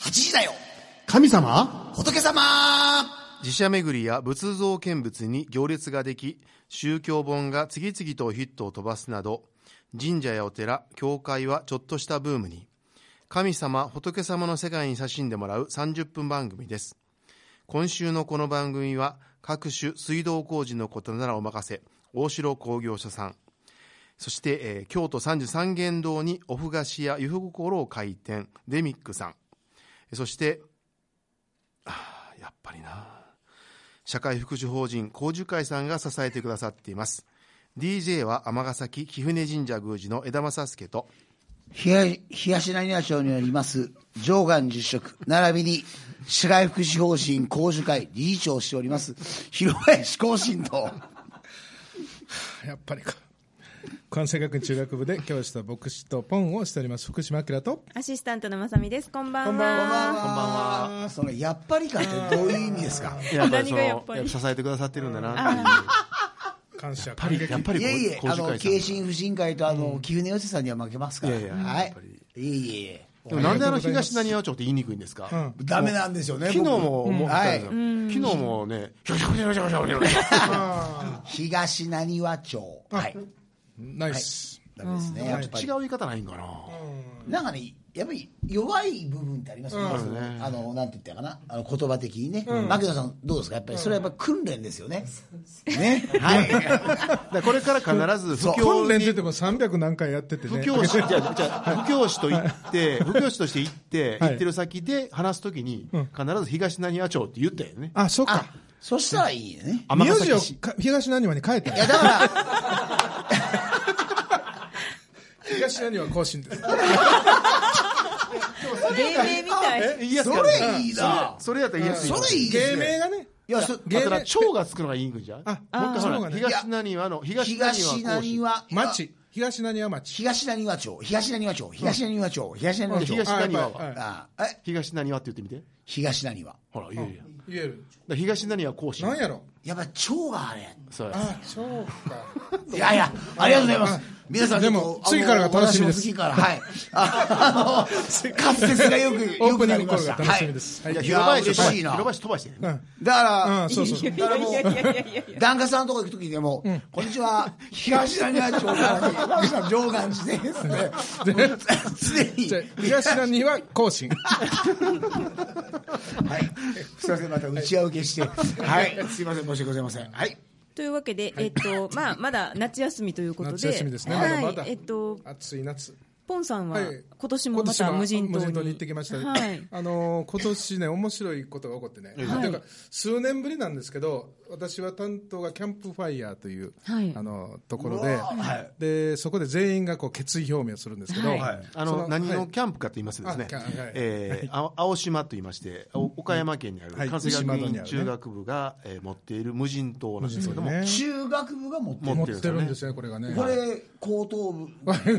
8時だよ神様仏様寺社巡りや仏像見物に行列ができ宗教本が次々とヒットを飛ばすなど神社やお寺教会はちょっとしたブームに神様仏様の世界に写真でもらう30分番組です今週のこの番組は各種水道工事のことならお任せ大城工業所さんそして、えー京都三十三間堂におふ菓子や湯布心を開店デミックさんそしてあーやっぱりな社会福祉法人高樹会さんが支えてくださっています DJ は尼崎貴船神社宮司の枝正助と東東浪江町にあります上岸十食並びに社会福祉法人講習会理事長をしております広林更新とやっぱりか。関西学院中学部で教師と牧師とポンをしております福島明とアシスタントのまさみです。こんばんは。はそのやっぱりかってどういう意味ですかやっぱりその何がやっぱりやっぱ支えてくださってるんだなっていう感謝やっぱりやっぱりいえいえこうあ高の樹会慶さん心婦人会とあの貴船寄せさんには負けますからいやいやはやいっぱりいえいえいえでもなんであの東谷野町って言いにくいんですか、んダメなんですよね昨日僕も思ったんですよ、う昨日もね、ひょひょひょひょひょひょ東浪和町はいナイス、ダメですねやっぱ違りう言い方ないんかな、なんかね、やっぱり弱い部分ってありますよね、んねあのなんて言ったかな、あの言葉的にね、牧野さん、どうですか、やっぱりそれはやっぱ訓練ですよね、ねはい、だからこれから必ず不訓況練に出ても300何回やってて不ね教師じゃあじゃあ不教師と言って、不教師として行って、はい行ってる先で話すときに、必ず東何野町って言ったよね。あそうかあそしたらいいよね、尼名字を崎市。か東何話に変えたいやだから、東何話更新です芸名みたい。いやそれいいな、それやったら言いやすい。それいいです芸ね、名がねいや、そだ芸から名町がつくのがいいんじゃん。もうあ一回そうほがら、ね東何はの、東何東は講師浪。和町東何話町東浪和町、東浪和町、東浪和町、東浪和町、東あやっ何ぱりははいあえ東何はって言ってみて。東浪和、ほら、いやいや。だか言えるら東何は講師。なんやろやっぱり町があれ、そうや。あそうかいやいや、ありがとうございます。皆さんちょっと、でも次からが楽しみです私も次から、はい。ああの、滑舌がよく、 オよープくニなンりグまコールがした。楽しみです、はいいや、広林嬉しいな広林飛ばしてね。だかうんそうそうそういやいやいやいやいやいら、檀家さんのとこ行くときにでも、こんにちは、東谷町からね、皆さん上岸してですね、常 にじゃあ、東何話更新はい。すいません、また打ち合受けして、はい。すいません、申し訳ございません。はい。やというわけで、えっと、まあ、まだ夏休みということで。夏休みですね、はまい、だまだえっと、暑い夏ポンさんははい今年もまた無人島に。無行ってきました、はい。あのー今年ね面白いことが起こってね、なんか数年ぶりなんですけど私は担当がキャンプファイヤーという、はいあのーところで,、はいでそこで全員がこう決意表明をするんですけど、はいあその何はのいキャンプかと言いますとですねあキャンはい、えーあ青島と言いまして、お岡山県にあるはい関西島学田にあるね院中学部がえー持っている無人島なんですけども、ね中学部が持ってる。持ってるんですよねこれがねこれ、高等部。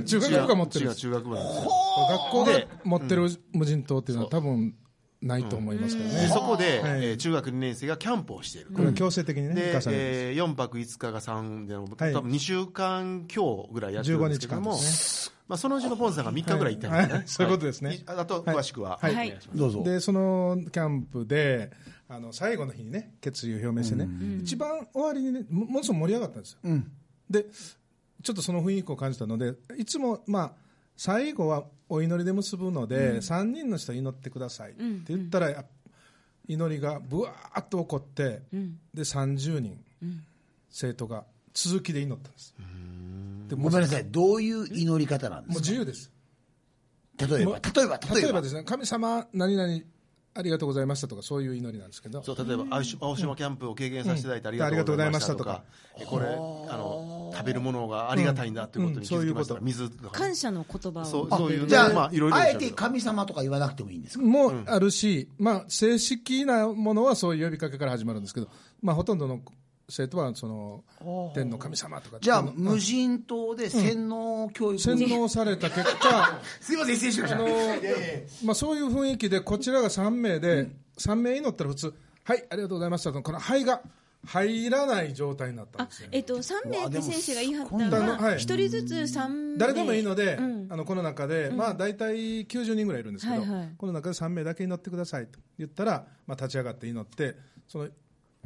中学中校が持ってるんです中学中学部なんですよ学校で持ってる無人島っていうのは多分ないと思いますけどね、でそこで、はいえー中学2年生がキャンプをしている。これは強制的にね、生で、かされるんですえー、4泊5日が3で、はい多分2週間強ぐらいやってるんですけども、 15日間でまあ、そのうちのポンさんが3日ぐらい行ったんですね、はい そういうことですねはいああと、詳しくは、はいはいどうぞでそのキャンプであの最後の日にね決意を表明してね、一番終わりにねもものすごく盛り上がったんですよ、でちょっとその雰囲気を感じたのでいつもまあ最後はお祈りで結ぶので、3人の人祈ってくださいって言ったら、やっ祈りがぶわーっと起こって、で30人、生徒が続きで祈ったんですでもごうめんなさい、どういう祈り方なんでもうすか自由です例えば、例えば、例えばですね神様何々ありがとうございましたとかそういう祈りなんですけどそう例えば青島青島キャンプを経験させていただいてありがとうございましたとか、えこれあの食べるものがありがたいんだということに気づきました、うん水とかね感謝の言葉そうを。そういうじゃあ、まあ、あいろいろえて神様とか言わなくてもいいんですかもあるし、まあ、正式なものはそういう呼びかけから始まるんですけど、まあ、ほとんどの生徒はその天の神様とかじゃあ、の無人島で洗脳教育、洗脳された結果、すいません、失礼しましあた。のまあ、そういう雰囲気でこちらが3名で、3名祈ったら普通「はいありがとうございました」とこの「はい」が入らない状態になったんあですよ、えっと、3名って選手が言い張ったうわでもこんなののははい一人ずつ3名誰でもいいので、うんあのこの中で、まあ、大体90人ぐらいいるんですけど、はいはいこの中で3名だけ祈ってくださいと言ったら、まあ、立ち上がって祈って、その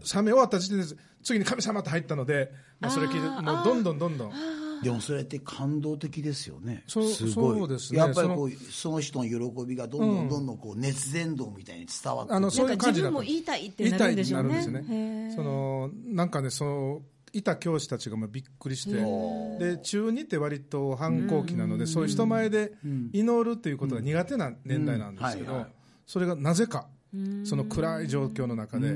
3名終わった時点で、次に神様って入ったので、まあ、それ聞いて、あーもうどんどんどんどん、でもそれって感動的ですよね。そうすごいそうですねやっぱりこうその人の喜びがどんどんどんどんこう熱伝導みたいに伝わってくるあのそういう感じだなんか自分も言いたいってなるんでしょうね言いたいってなるんへですよーねそのなんかねそのいた教師たちがもうびっくりしてで中2って割と反抗期なので、そういう人前で祈るということが苦手な年代なんですけど、うんはいはいそれがなぜかその暗い状況の中で。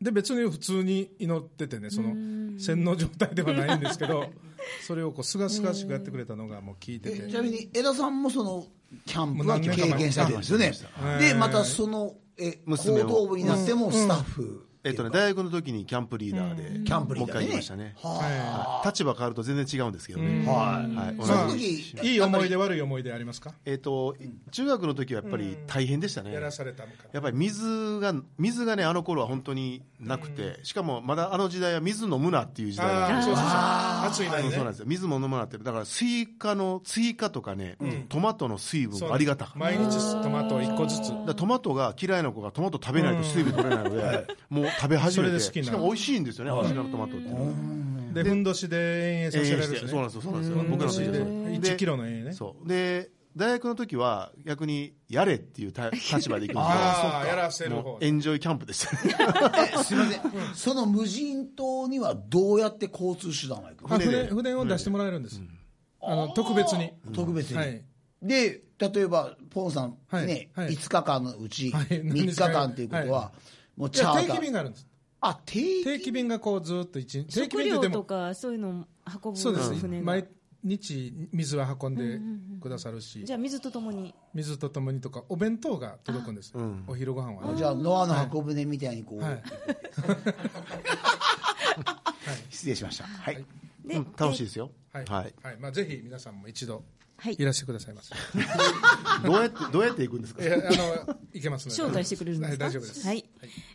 で別に普通に祈っててねその洗脳状態ではないんですけどそれをこうすがすがしくやってくれたのがもう聞いてえてちなみに江田さんもそのキャンプはもう経何年か前験されてるんですよねはい。でまたそのえ娘を行動部になってもスタッフ、えっとね、大学の時にキャンプリーダーで、キャンプリもーう一ダ回ー行きでましたね、ははい立場変わると全然違うんですけどね、はいはい、い。同そのじ時いい思い出悪い思い出ありますかえっと中学の時はやっぱり大変でしたね、やらされたのかやっぱり水が、水がね、あの頃は本当になくて、しかもまだあの時代は水飲むなっていう時代だったんああですそうそうよそうは暑いいそのうなんにねですよ水も飲まなってるだからスイカの追加とかね、トマトの水分そうがありがたかっただ毎日トマト一個ずつからトマトが嫌いな子がトマト食べないと水分取れないので、もう食べ始めそれてで好きになるしかも美味しいんですよね味のトマトっていうのはでふんどしで遠泳さ永せら遠れるんでしてすねそうなんですよそうなんですよふん僕どらのし時はでで1キロの遠泳ねそうで大学の時は逆にやれっていうた立場で行くのああでやらせるも方うエンジョイキャンプでしたねえ すみません。その無人島にはどうやって交通手段が行くのあ船で筆筆を出してもらえるんですあの特別に特別に。はいで例えばポンさん、はいね、はい5日間のうちはい3日間ということは、はもういチャやー定タ期便ーがあるんですあ定期定期便がこうずっと一日定期食便料でともかそういうのを運ぶそうです船が毎日水は運んでくださるしじゃあ水とともに水とともにとかお弁当が届くんですんお昼ご飯はじゃあノアの箱舟みたいにこう、はい失礼しましたはい、で、うん楽しいですよはいはいはいまあぜひ皆さんも一度はいいらしてくださいませどうやってどうやって行くんですかいやあのいけますので招待してくれるんですかはい大丈夫ですはい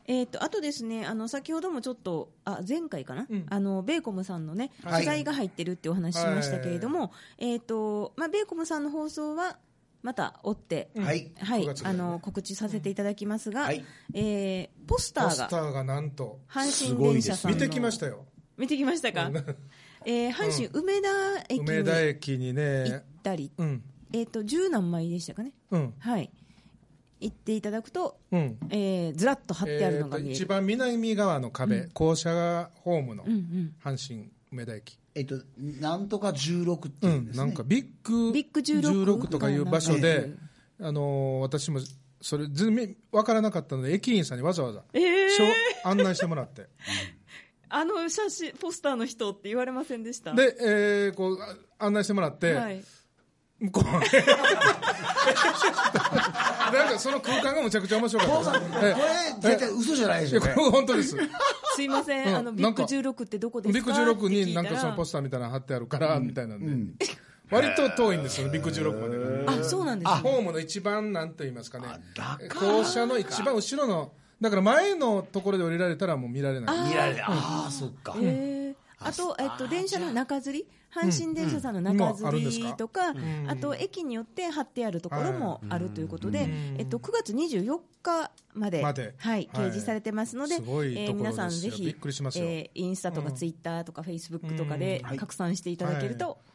えー、とあとですねあの先ほどもちょっとあ前回かな、あのベーコムさんのねはい取材が入ってるってお話しましたけれども、えーとまあ、ベーコムさんの放送はまた追って、はいはい9月、あの告知させていただきますが、んはいえーポスタポースがターがなんと阪神電車さん見のてきましたよ見てきましたか、えー阪神梅田駅に梅田行駅にっねたり、うんえー、と十何枚でしたかね、うんはい、行っていただくと、うんえーずらっと貼ってあるのがえーと見え一る、番南側の壁、校舎ホームの阪神梅田駅、えっとなんとか16ってういんうんですね、なんかビッグビッグ16とかいう場所なんかでね、あのー私もそれ全然分からなかったので駅員さんにわざわざ、えーしょ案内してもら ってあの写真ポスターの人って言われませんでしたで、えーこうあ案内してもらって、はい、向こう なんかその空間がむちゃくちゃ面白かったですええこれ絶対嘘じゃないですいやよこねれ本当ですすいません、うんあのビなッんかグ16ってどこですかビッグ16になんかそのポススターみたいなの貼ってあるからみたいなんで、割と遠いんですよねビッグ16までがねターあそうなんですねホームの一番なんと言いますかねだから校舎の一番後ろのだから前のところで降りられたらもう見られない見られるああそっか、へーあと、えっと、電車の中吊り阪神電車さんの中うんうん今あ吊るんですかりとか、あと駅によって貼ってあるところもあるということで、えっと、9月24日までまでははい、い掲示されてますので、すごいところえー皆さんですぜよひびっくりしますよえーインスタとかツイッターとかフェイスブックとかではい拡散していただけると、ね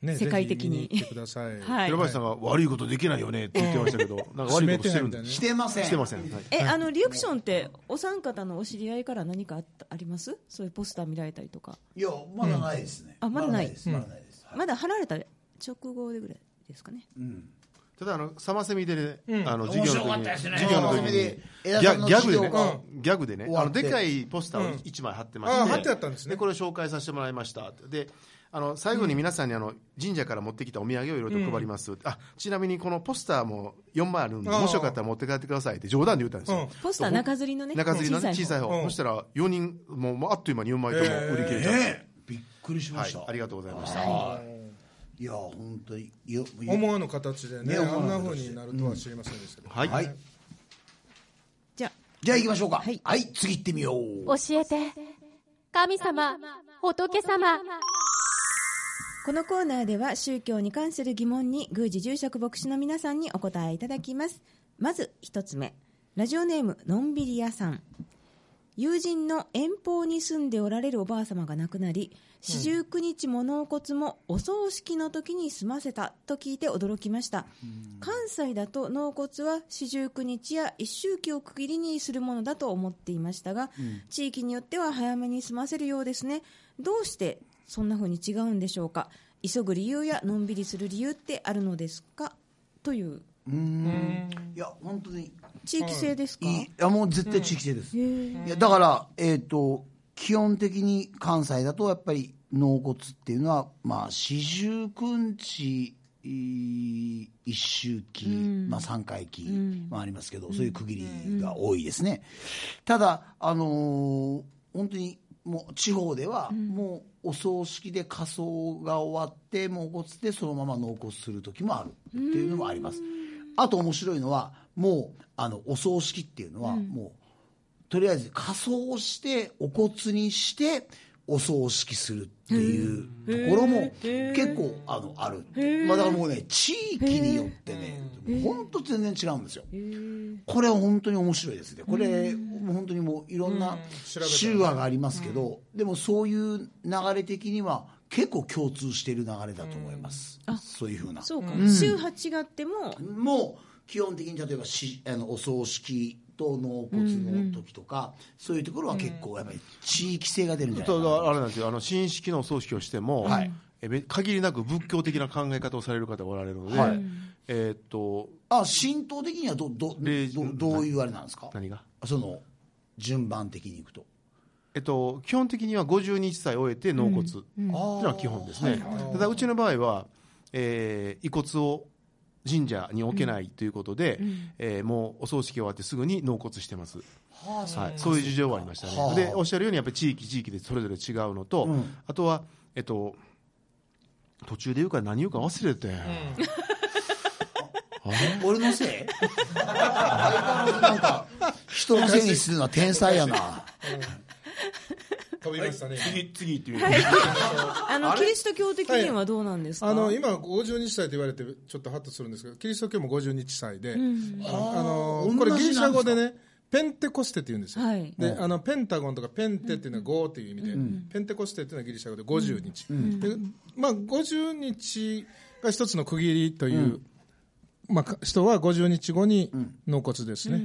世界的ぜにひ見に行ってください、はい寺林さんが悪いことできないよねって言ってましたけど、なんか閉悪いめことてしなていみるんたいなでねしてませんしてません。はいえあのリアクションってお三方のお知り合いから何かあったありますそういうポスター見られたりとかいやまだないですね、あまだないですまだないです、まだ貼られた直後ぐらいですかねただあのサマセミでね、あの授面業白のか時ったにですね授業の時にでギ枝さんャのギャグで授業ねが、ギャグでね、あ終わのってでかいポスターを一枚貼ってまして、あ貼ってあったんですねこれを紹介させてもらいましたって。で、あの最後に皆さんにあの神社から持ってきたお土産をいろいろと配ります。あ、ちなみにこのポスターも4枚あるんで、あーもしよかったら持って帰ってくださいって冗談で言ったんですよ。ポスター中吊りのね中吊りのね小さい方方、うんそしたら4人もうもうあっという間に4枚とも売り切れちゃって、ねびっくりしまはした、い、ありがとうございました。いや本当によよ思わぬ形でねねあんな風になるとは知りませんでしたけど、はいはい、じゃあじゃあ行きましょうか。ははいい、次行ってみよう。教えて神様仏様このコーナーでは宗教に関する疑問に宮司住職牧師の皆さんにお答えいただきますまず一つ目ラジオネームのんびり屋さん友人の遠方に住んでおられるおばあ様が亡くなり四十九日も納骨もお葬式の時に済ませたと聞いて驚きました、関西だと納骨は四十九日や一周期を区切りにするものだと思っていましたが、地域によっては早めに済ませるようですねどうしてそんな風に違うんでしょうか急ぐ理由やのんびりする理由ってあるのですかといういや、本当に地域性ですか、いい。いや、もう絶対地域性です。へーいやだから、えー、と基本的に関西だとやっぱり納骨っていうのは、まあ、四十九日いー一周期、まあ、三回期、まあ、ありますけどそういう区切りが多いですね。ただ、あのー本当にもう地方ではもうお葬式で火葬が終わって納骨でそのまま納骨する時もあるっていうのもあります。あと面白いのはもうあのお葬式っていうのはもうとりあえず仮装をしてお骨にしてお葬式するっていうところも結構あのある、まあ、だからもうね地域によってね本当全然違うんですよこれは本当に面白いですねこれもう本当にもういろんな調べたらね宗派がありますけどでもそういう流れ的には結構共通している流れだと思いますそういうふうなそうか、宗派違ってももう基本的に例えばしあのお葬式と納骨の時とか、そういうところは結構やっぱり地域性が出るんじゃないかな、あれなんですよあの新式のお葬式をしても、えめ限りなく仏教的な考え方をされる方がおられるので、はいえーっとあ神道的にはどど例どどういうあれなんですか何がその順番的にいくと、えっと、基本的には52日さえ終えて納骨っていうのは基本ですね、ただうちの場合は、えー遺骨を神社に置けないということで、えーもうお葬式終わってすぐに納骨してます、はい、そういう事情はありましたね、はあでおっしゃるようにやっぱり地域地域でそれぞれ違うのと、うんあとは、えっと、途中で言うか何言うか忘れて、俺のせい相変わらずなんか人のせいにするのは天才 やな飛びましたね。次次行ってみあのキリスト教的にはどうなんですか、あの今、52日祭と言われて、ちょっとハッとするんですけど、キリスト教も52日祭で、あのあの同じなんですかこれ、ギリシャ語でね、ペンテコステって言うんですよ、はいであのペンタゴンとかペンテっていうのは5っていう意味で、ペンテコステっていうのはギリシャ語で50日、でまあ、50日が一つの区切りという、まあ、か人は50日後に納骨ですね、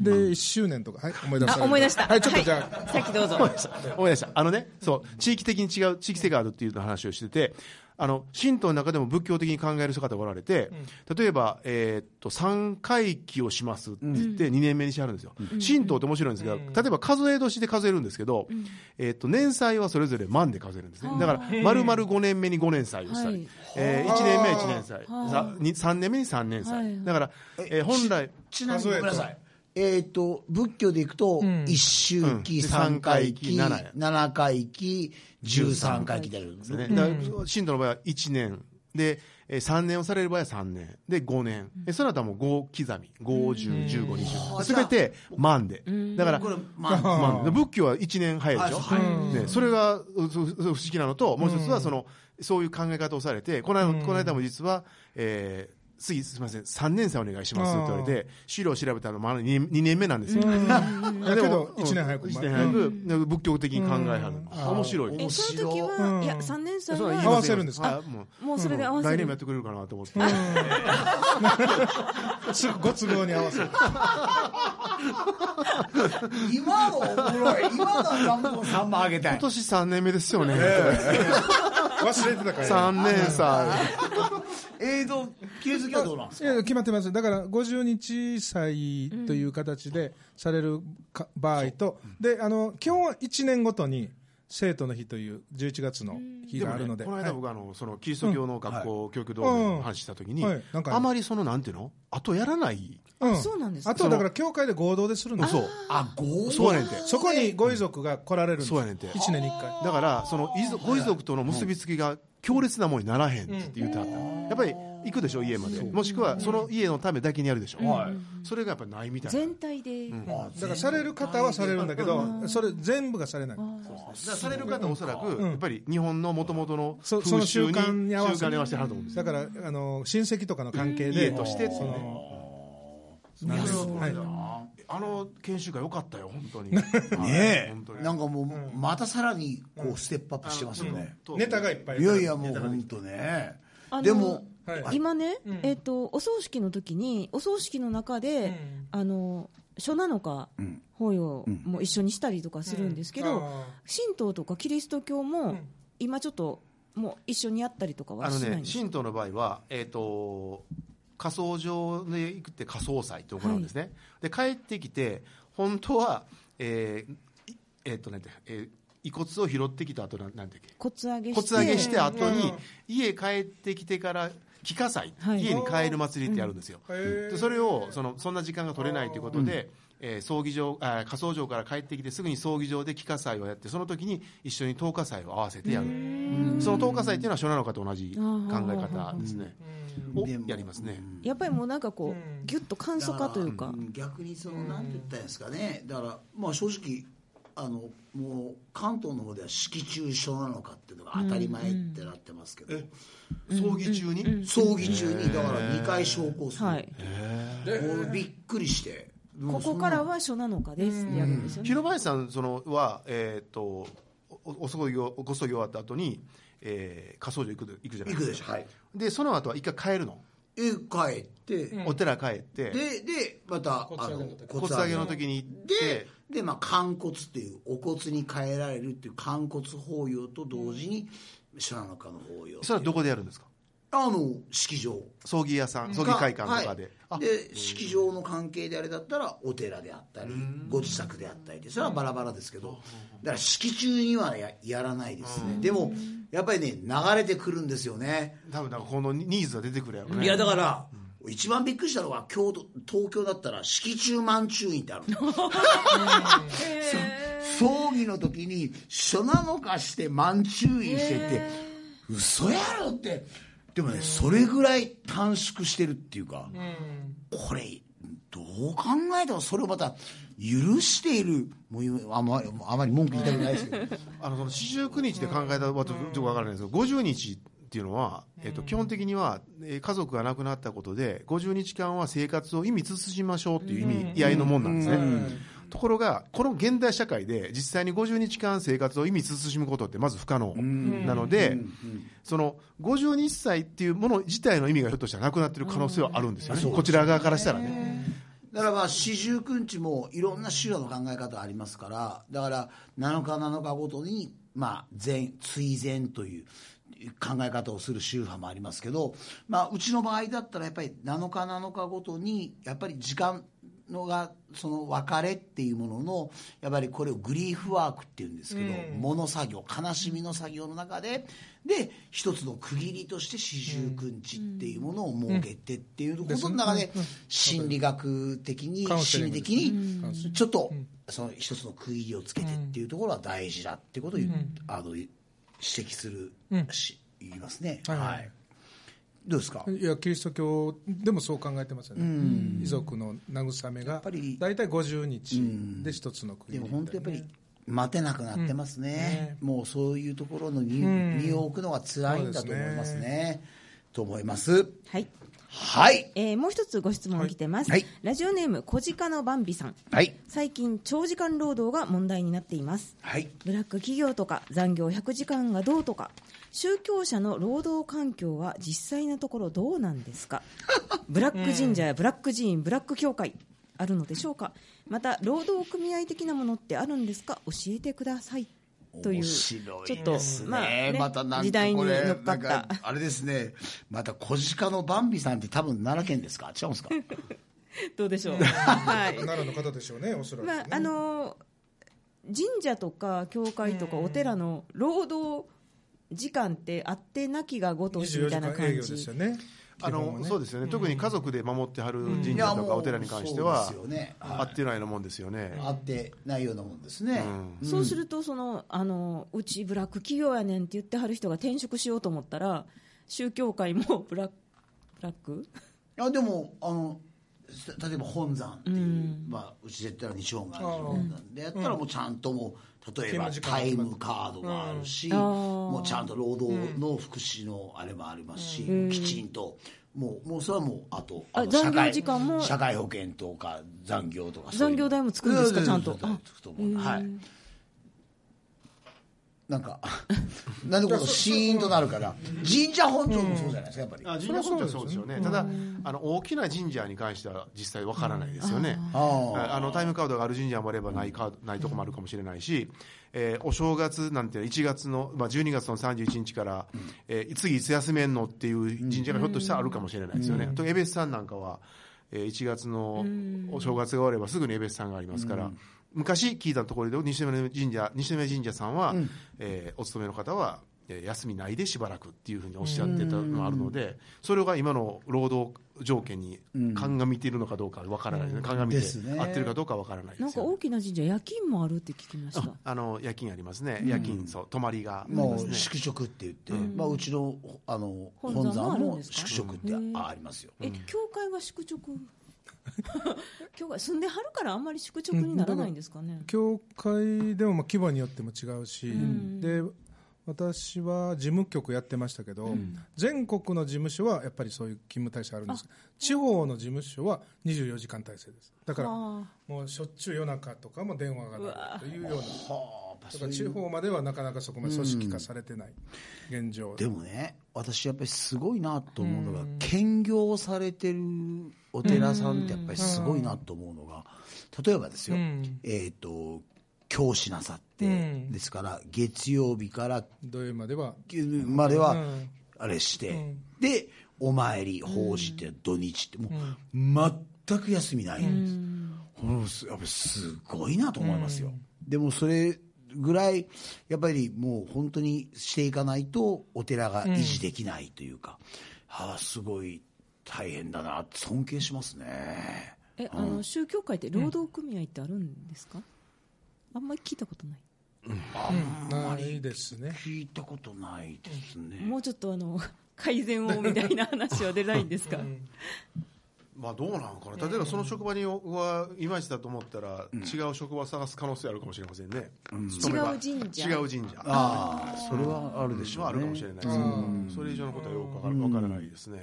で1周年とか、はい、思い出したあ思い出したはい、ちょっとじゃあ、さっきどうぞ 思い出した。あのね、そう、地域的に違う、地域性があるっていう話をしてて、あの、神道の中でも仏教的に考える方がおられて、例えば、えーっと、3回忌をしますって言って2年目にしてあるんですよ。神道って面白いんですが、例えば数え年で数えるんですけど、えーっと、年祭はそれぞれ万で数えるんですね。だから、丸々5年目に5年祭をしたはいり、え1年目は1年祭、3年目に3年は祭。いだから、えー本来、ちなみに数ごえるめんとなさいえー、と仏教でいくと、一周う期、ん三回期、三回期七回期、十三回期であるんですでねね、。だから信徒の場合は1年で、えー3年をされる場合は3年で5年、でその後はもう5刻み501520すべて万でだからこれ、 まあ、万で仏教は1年早いでしょ、はいね、それがううう不思議なのともう一つはそのそういう考え方をされてこの間この間も実は、えー次すみません3年生お願いしますって言われて資料を調べたのまだ 2, 年目なん ですよ。だけど、1年早く、一年早く仏教的に考えはる、面白いえその時は、いや3年 祭そうは言い合まわせるんですかあもうもうそれで合わせる来年もやってくれるかなと思って。すぐご都合に合わせる。今のおもろい。今のはなんと3番あげたい今。年3年目ですよね。忘れてたから、 3年祭。えーと、キリスト教はどうなんですいや決まってます、だから50日祭という形でされるか場合と、であの基本は1年ごとに生徒の日という11月の日でがもあるので、ね、この間はい僕あの、その、キリスト教の学校、教育同盟の話したときに、うんはいなんかあまりその、なんていうの後やらない。うんそうなんですかあとだから教会で合同でするんですそうよ。。あ、合そうやねんて。そこにご遺族が来られるんですそうやねんて1年に1回。だから、その、遺族ご遺族との結びつきが強烈なものにならへんって言ってあった。やっぱり、行くでしょ家までもしくはその家のためだけにやるでしょ、それがやっぱないみたいな全体で、あだからされる方はされるんだけど、それ全部がされない。だからされる方はおそらく、やっぱり日本のもともとの風そ習にその習慣に合わせて習慣に合わせてはると思うんですだよからあの親戚とかの関係で、家としてそのなるほどはいあの研修会良かったよ本 当にね本当にえなんかもうまたさらにこうステップアップしてますよね、ネタがいっぱい。いやいやもう本当ねあのでもはい今ね、えっとお葬式の時にお葬式の中で、あの書なのか、法要も一緒にしたりとかするんですけど、うんあ神道とかキリスト教も、ん今ちょっともう一緒にやったりとかあはのしないねんですか神道の場合はえっ、と仮葬場で行くって仮葬祭って行うんですね、で帰ってきて本当はえーいえっ、となんて、えー遺骨を拾ってきた後なんなんだっけ骨上げして骨上げして後にうん家帰ってきてから帰化祭、はい家に帰る祭りってやるんですよ、へーでそれをそのそんな時間が取れないということで、えー葬儀場あ火葬場から帰ってきてすぐに葬儀場で帰化祭をやってその時に一緒に灯火祭を合わせてやるその灯火祭っていうのは初七のかと同じ考え方ですねをでもやりますねやっぱりもうなんかこう、うんぎゅっと簡素化というか、ん逆にそのなんて言ったらいいんですかねだからまあ正直あのもう関東の方では式中所なのかっていうのが当たり前ってなってますけど、葬儀中に、葬儀中にだから2回昇降する、はい、もうびっくりしてここからは書なのかですってやるんですよね、広林さんそのは、えー、とおおお葬儀をご葬儀終わった後に、えー、火葬場行くで行くじゃない行でくすかでしょはいでその後は一回帰るの、で帰って、お寺帰ってででまたあの骨上げの時に行ってでで、まあ、寛骨っていうお骨に変えられるっていう寛骨法要と同時にシャラのカの法要それはどこでやるんですかあの式場葬儀屋さん葬儀会館とかで、はいあで式場の関係であれだったらお寺であったりご自宅であったりでそれはバラバラですけどだから式中にはややらないですねでもやっぱりね流れてくるんですよね多分なんかこのニーズが出てくるやろねいやだから一番びっくりしたのは京都東京だったら式中満中院ってあるのそう葬儀の時に初なのかして満中院してて嘘やろってでもねそれぐらい短縮してるっていうかこれどう考えてもそれをまた許しているもうあまりあまり文句言いたくないですけどあのその四十九日で考えたはちょっとわからないんですけど50日っていうのは、えっと、基本的には、えー家族が亡くなったことで50日間は生活を意味慎ましょうっていう意味、居合のもんなんですね、ところがこの現代社会で実際に50日間生活を意味慎むことってまず不可能なので、その51歳っていうもの自体の意味がひょっとしたらなくなってる可能性はあるんですよね、こちら側からしたらね。だからまあ四十九日もいろんな宗派の考え方ありますからだから7日7日ごとにまあ全追善という考え方をする宗派もありますけど、まあ、うちの場合だったらやっぱり7日7日ごとにやっぱり時間のがその別れっていうもののやっぱりこれをグリーフワークっていうんですけど、もの作業悲しみの作業の中でで一つの区切りとして四十九日っていうものを設けてっていうことの中で心理学的にカウンセリン心理グです的にちょっとその一つの区切りをつけてっていうところは大事だってことを言うあの指摘するし言いますね。はいはいどうですかいやキリスト教でもそう考えてますよね、遺族の慰めがぱり大体50日で一つの国でも本当やっぱり待てなくなってますね、もうそういうところのに身を置くのが辛いんだと思いますね,、と思いますはいはいえーもう一つご質問来てます、はいラジオネーム小鹿のバンビさんはい最近長時間労働が問題になっていますはいブラック企業とか残業100時間がどうとか宗教者の労働環境は実際のところどうなんで すかブラック神社やブラック寺院ブラック教会あるのでしょうかまた労働組合的なものってあるんですか教えてくださいという面白いちょっとですね,、まあねまたなん時か代こにれ乗っかなっんたかあれですねまた小鹿のバンビさんって多分奈良県ですか違うんですかどうで しょうはい奈良の方でしょうね、おそらくね、まああの神社とか教会とかお寺の労働時間ってあってなきがごとし24みた時いな間営感業ですじよね、あ基本のはねそうですよね、特に家族で守ってはる神い社やともかうお寺に関しては、そうですよねはい合ってないようなもんですよね。あってないようなもんですね、そうするとそのあのうちブラック企業やねんって言ってはる人が転職しようと思ったら宗教界もブラッ楽あでもあのす例えば本山っていう、まあ、うちで言ったら西本願寺の本山でやったらもうちゃんともう例え勤務ば時間タイムカードもあるし、んあーもうちゃんと労働の福祉のあれもありますし、きちんと。もうもうそれはもうあとあの残業社会時間も社会保険とか残業とかそういうの残業代もつくんですかうちゃんとううつくと思うはいなんか なんでこのシーンとなるから神社本庁もそうじゃないですかやっぱりあ神社本庁はそうですよね、ただあの、大きな神社に関しては実際わからないですよね、あああのタイムカードがある神社もあればないカードないとこもあるかもしれないし、えーお正月なんて1月の、まあ、12月の31日から、えー次いつ休めんのっていう神社がひょっとしたらあるかもしれないですよね。とエベスさんなんかは、えー1月のお正月が終わればすぐにエベスさんがありますから、昔聞いたところで西宮神社西宮神社さんは、えーお勤めの方はえー休みないでしばらくっていうふうにおっしゃってたのがあるので、それが今の労働条件に鑑みているのかどうかわからないですね、鑑みてですね合ってるかどうかわからないなでんすかよ、大きな神社夜勤もあるって聞きましたああの夜勤ありますね、夜勤、そう、泊まりがありまもすうね、宿直って言って、まあ、うちのあの本山も本山あるんもですか宿直ってうんあありますよ、え教会は宿直教会住んではるからあんまり宿直にならないんですかね教会でもまあ規模によっても違うし、で私は事務局やってましたけど、全国の事務所はやっぱりそういう勤務体制あるんですけど地方の事務所は24時間体制ですだからあもうしょっちゅう夜中とかも電話が鳴るというようなはあだから地方まではなかなかそこまで組織化されてない現状でもね私やっぱりすごいなと思うのが、兼業されてるお寺さんってやっぱりすごいなと思うのが、例えばですよ、うんえっ、と教師なさって、うんですから月曜日から土曜日まではまではうんあれして、んでお参り法事って土日ってもう、全く休みないんです、これすやっぱりすごいなと思いますよ、でもそれぐらいやっぱりもう本当にしていかないとお寺が維持できないというか、ああすごい大変だなって尊敬しますねえあの宗教界って労働組合ってあるんですか、あんまり聞いたことないないですね聞いたことないですね、もうちょっとあの 改善をみたいな話は出ないんで すか、まあどうなのかな、例えばその職場にはいまいちだと思ったら、違う職場を探す可能性あるかもしれませんね、勤めば違う神社違う神社ああそれはあるでしょう、ね、はあるかもしれないですけど、それ以上のことはよくわからわからないですね。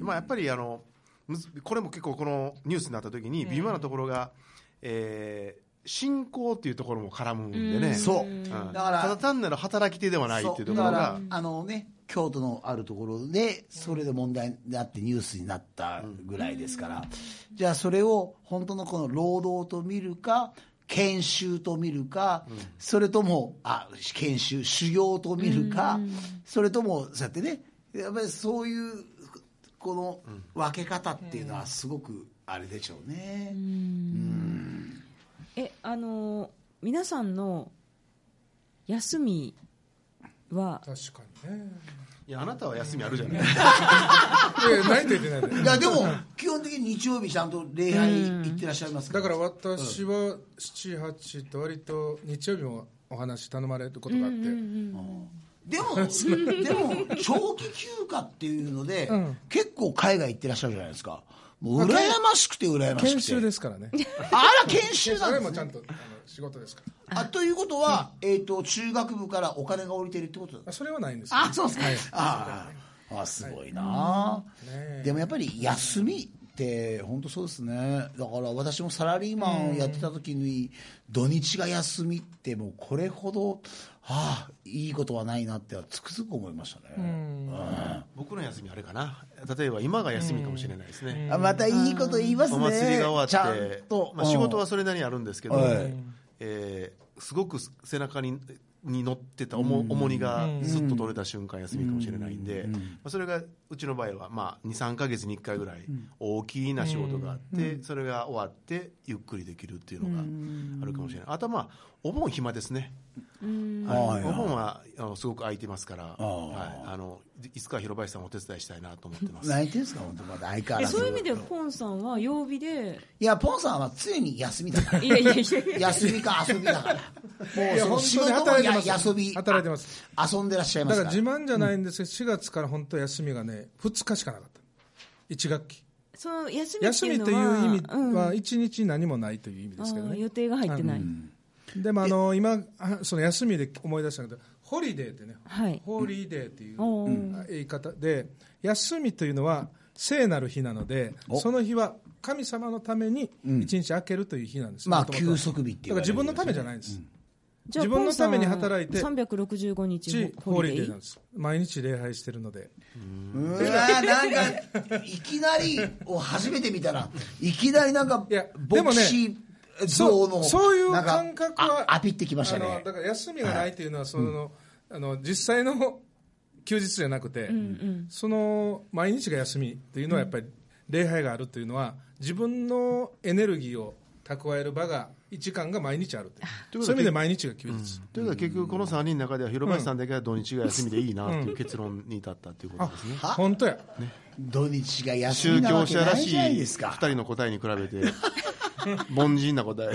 まあ、やっぱりあのむずこれも結構このニュースになった時に微妙なところが、えー信仰っていうところも絡むんでね、そうんだたからだ単なる働き手ではないっていうところそうだからが、あのね京都のあるところでそれで問題になってニュースになったぐらいですから、じゃあそれを本当のこの労働と見るか研修と見るか、それともあ研修修行と見るか、それともそうやってねやっぱりそういうこの分け方っていうのはすごくあれでしょうね。えあの皆さんの休みは確かにねいやあなたは休みあるじゃないですか、いやないといけないいやでも基本的に日曜日ちゃんと礼拝に行ってらっしゃいますかだら、から私は7、8と割と日曜日もお話頼まれることがあって、でも、でも、長期休暇っていうので、ん結構海外行ってらっしゃるじゃないですか。もう羨ましくて羨ましくて。研修ですからね、あら、研修な そんれです、も ねちゃんとあの仕事ですから、あ。ということは、えっ、と、中学部からお金が降りてるってことだあ。それはないんですよあ、そうですか。ああ、あすごいな、ねえでもやっぱり休みって本当そうですね。だから私もサラリーマンをやってた時に土日が休みってもうこれほど、ああ、いいことはないなってはつくづく思いましたね。僕の休みあれかな、例えば今が休みかもしれないですね。あまたいいこと言いますね。お祭りが終ちわゃっんて、と、まあ、仕事はそれなりにあるんですけど、はいえーすごく背中にに乗ってた重,、重荷がすっと取れた瞬間休みかもしれないんで、まあ、それがうちの場合は、まあ、23か月に1回ぐらい大きな仕事があって、それが終わってゆっくりできるっていうのがあるかもしれない、あとはまあお盆暇ですね、ははいい、お盆はあのすごく空いてますから、あーはい、あのいつか広林さんもお手伝いしたいなと思ってまうんす。泣いてるんですか、本当、まだ相変わえらず。そういう意味でポンさんは曜 日でいや、ポンさんは常に休みだからい。やいやいやいや休みか遊びだから。もういやその本仕当に事も働いてやます遊び、働いてます遊んでらっしゃいまだかすらから自。慢じゃないんですけど、4月から本当休みがね2日しかなかった1学期その休みって休いみうとのいうは意味うはん1日何もないという意味ですけどあーね予定が入ってない、でもあの今あその休みで思い出したけどホリデーってねはいホリデーっていうおー言い方で休みというのは聖なる日なのでおその日は神様のために一日空けるという日なんです、まあ元々は休息日ってだか言ら自われる分のためじゃないんです、じゃあ自分のために働いてポンさん365日ちホリデーなんーです毎日礼拝してるのでうわーなんかいきなりを初めて見たらいきなりなんかいやでも牧ね師そ像うのそういうなんか感覚はあアピってきましたあのねだから休みがないというのはその、あの実際の休日じゃなくて、その毎日が休みというのはやっぱり礼拝があるというのは自分のエネルギーを蓄える場が1時間が毎日あるというそういう意味で毎日が休日、ということは結局この3人の中では広林さんだけは土日が休みでいいなという結論に至ったということですね、あ本当や土日が休宗みな教わけ者ならいしじゃないい2ですか人の答えに比べ て凡人な答え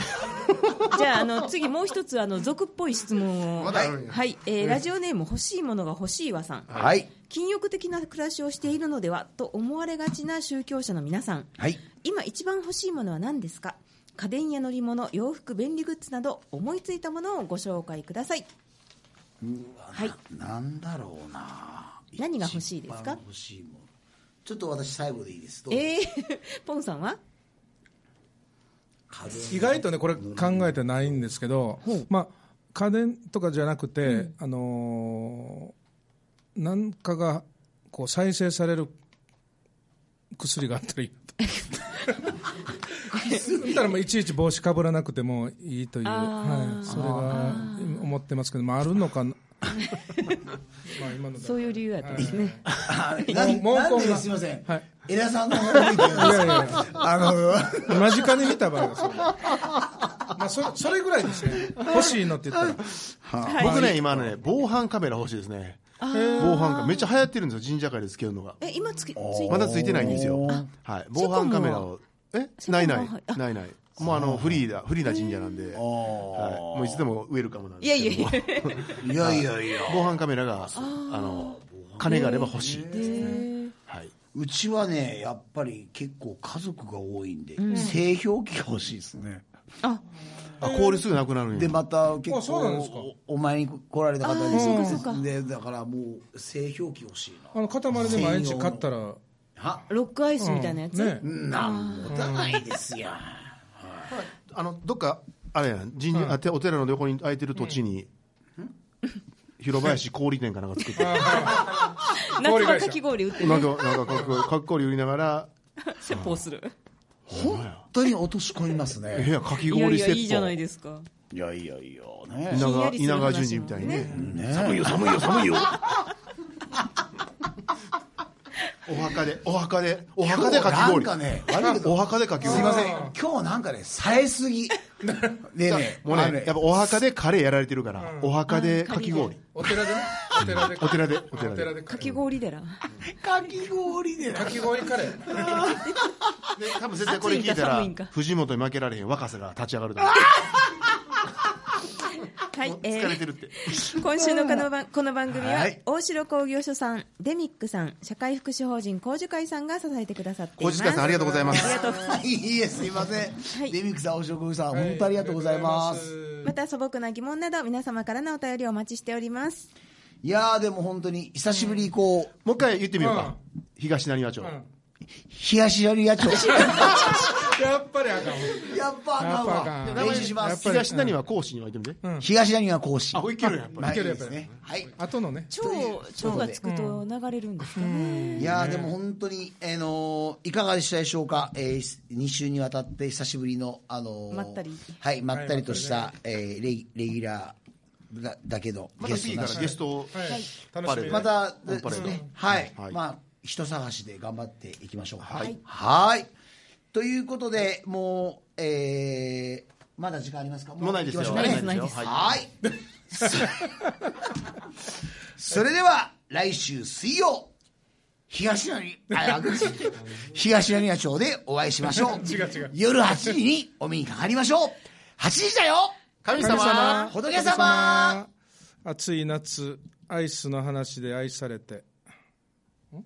じゃああの次もう一つあの俗っぽい質問をまだあるんやはい、えーラジオネーム欲しいものが欲しいわさんはい禁欲的な暮らしをしているのではと思われがちな宗教者の皆さんはい今一番欲しいものは何ですか家電や乗り物洋服便利グッズなど思いついたものをご紹介くださいはいなんだろうな何が欲しいですか一番欲しいものちょっと私最後でいいですどうぞえー、 ポンさんは家電意外とねこれ考えてないんですけど、まあ、家電とかじゃなくて、あのーなんかがこう再生される薬があったらいいなとだからもういちいち帽子かぶらなくてもいいという、あーはい、それは今思ってますけど、まあ、あるのかな まあ今のだそういう理由やったんですね、あ何もうなん文句でがすいませんはいエラさんの方が見てるんいですやいかやいやあの間近に見た場合はそれ,、まあ、それそれぐらいですね欲しいのって言ったら。僕ね今ね防犯カメラ欲しいですね防犯カメラめっちゃ流行ってるんですよ神社会でつけるのがえ今つきついまだついてないんですよあ、はい、防犯カメラをえセコムなはいないあないないもうあのフリーだフリーな神社なんで、はい、もういつでもウェルカムなんいですやけどいやいやもいやいやいや防犯カメラがあの金があれば欲しいですね、はいうちはねやっぱり結構家族が多いんで、製氷機が欲しいですねああ氷すぐなくなるんやでまた結あそうなんですか構おお前に来られた方あーそうかそうかにでだからもう製氷機欲しいあの塊で毎日買ったら、なはロックアイスみたいなやつ、ね、なんもたないですやあのどっかあれやん神社、あてお寺の横に空いてる土地に、広林氷店かなんか作 って夏場かき氷売って なんかなんかかっこいいかっこいい売りながら説法する本当に落とし込みます部ね屋かきいや氷いセやットいいじゃないですかいやいやいや稲ねひんや川りする稲話も川淳二みたいにねね寒いよ寒いよ寒いよ お墓でお墓でお墓でかき氷今日なんかね悪いけどお墓でかき氷すいません今日なんかねさえす ぎでねもうあのねやっぱお墓でカレーやられてるから、お墓でかき氷お寺でね、お寺で、お寺でおお寺で寺でかかきき氷寺かき氷でな氷カレー、で多分絶対これ聞いた暑らいんか寒いんか藤本に負けられへん若さが立ち上がるだろはうい、え疲れーてるって今週のこの番この番組は、はい大城工業所さんデミックさん社会福祉法人工樹会さんが支えてくださって小います塚さんありがとうございまありすがとう いいえすいません、いデミックさんお食事さん本当ありがとうございます、また素朴な疑問など皆様からのお便りをお待ちしておりますいやーでも本当に久しぶりにこうもう一回言ってみようか、東浪速町、東寄り野鳥やっぱりあかんわやっぱあやっかぱあんかわん練習しますやっぱり東浪は講師には言ってみて、東谷は講師あこれいけるやんやっぱりまあいけるいいですねはい後のね、蝶蝶がつくと流れるんですかねいやーでも本当に、あのーいかがでしたでしょうか、え2週にわたって久しぶりの、あのーまったりはい、まったりとした、えーレギレギュラーだだけどまた次からなしゲストを、はい、楽パしレみでードまたオンパレでーすドね、はい、はいまあ、人探しで頑張っていきましょうか。はいはーいということで、もう、えーまだ時間ありますかもうないですよ行きなまいでしょうすよねないですはいはい。 そそれでは、来週水曜、東谷、 あ、あ東谷町でお会いしましょう。違う違う夜8時にお目にかかりましょう。8時だよ神神様仏様暑い夏アイスの話で愛されてん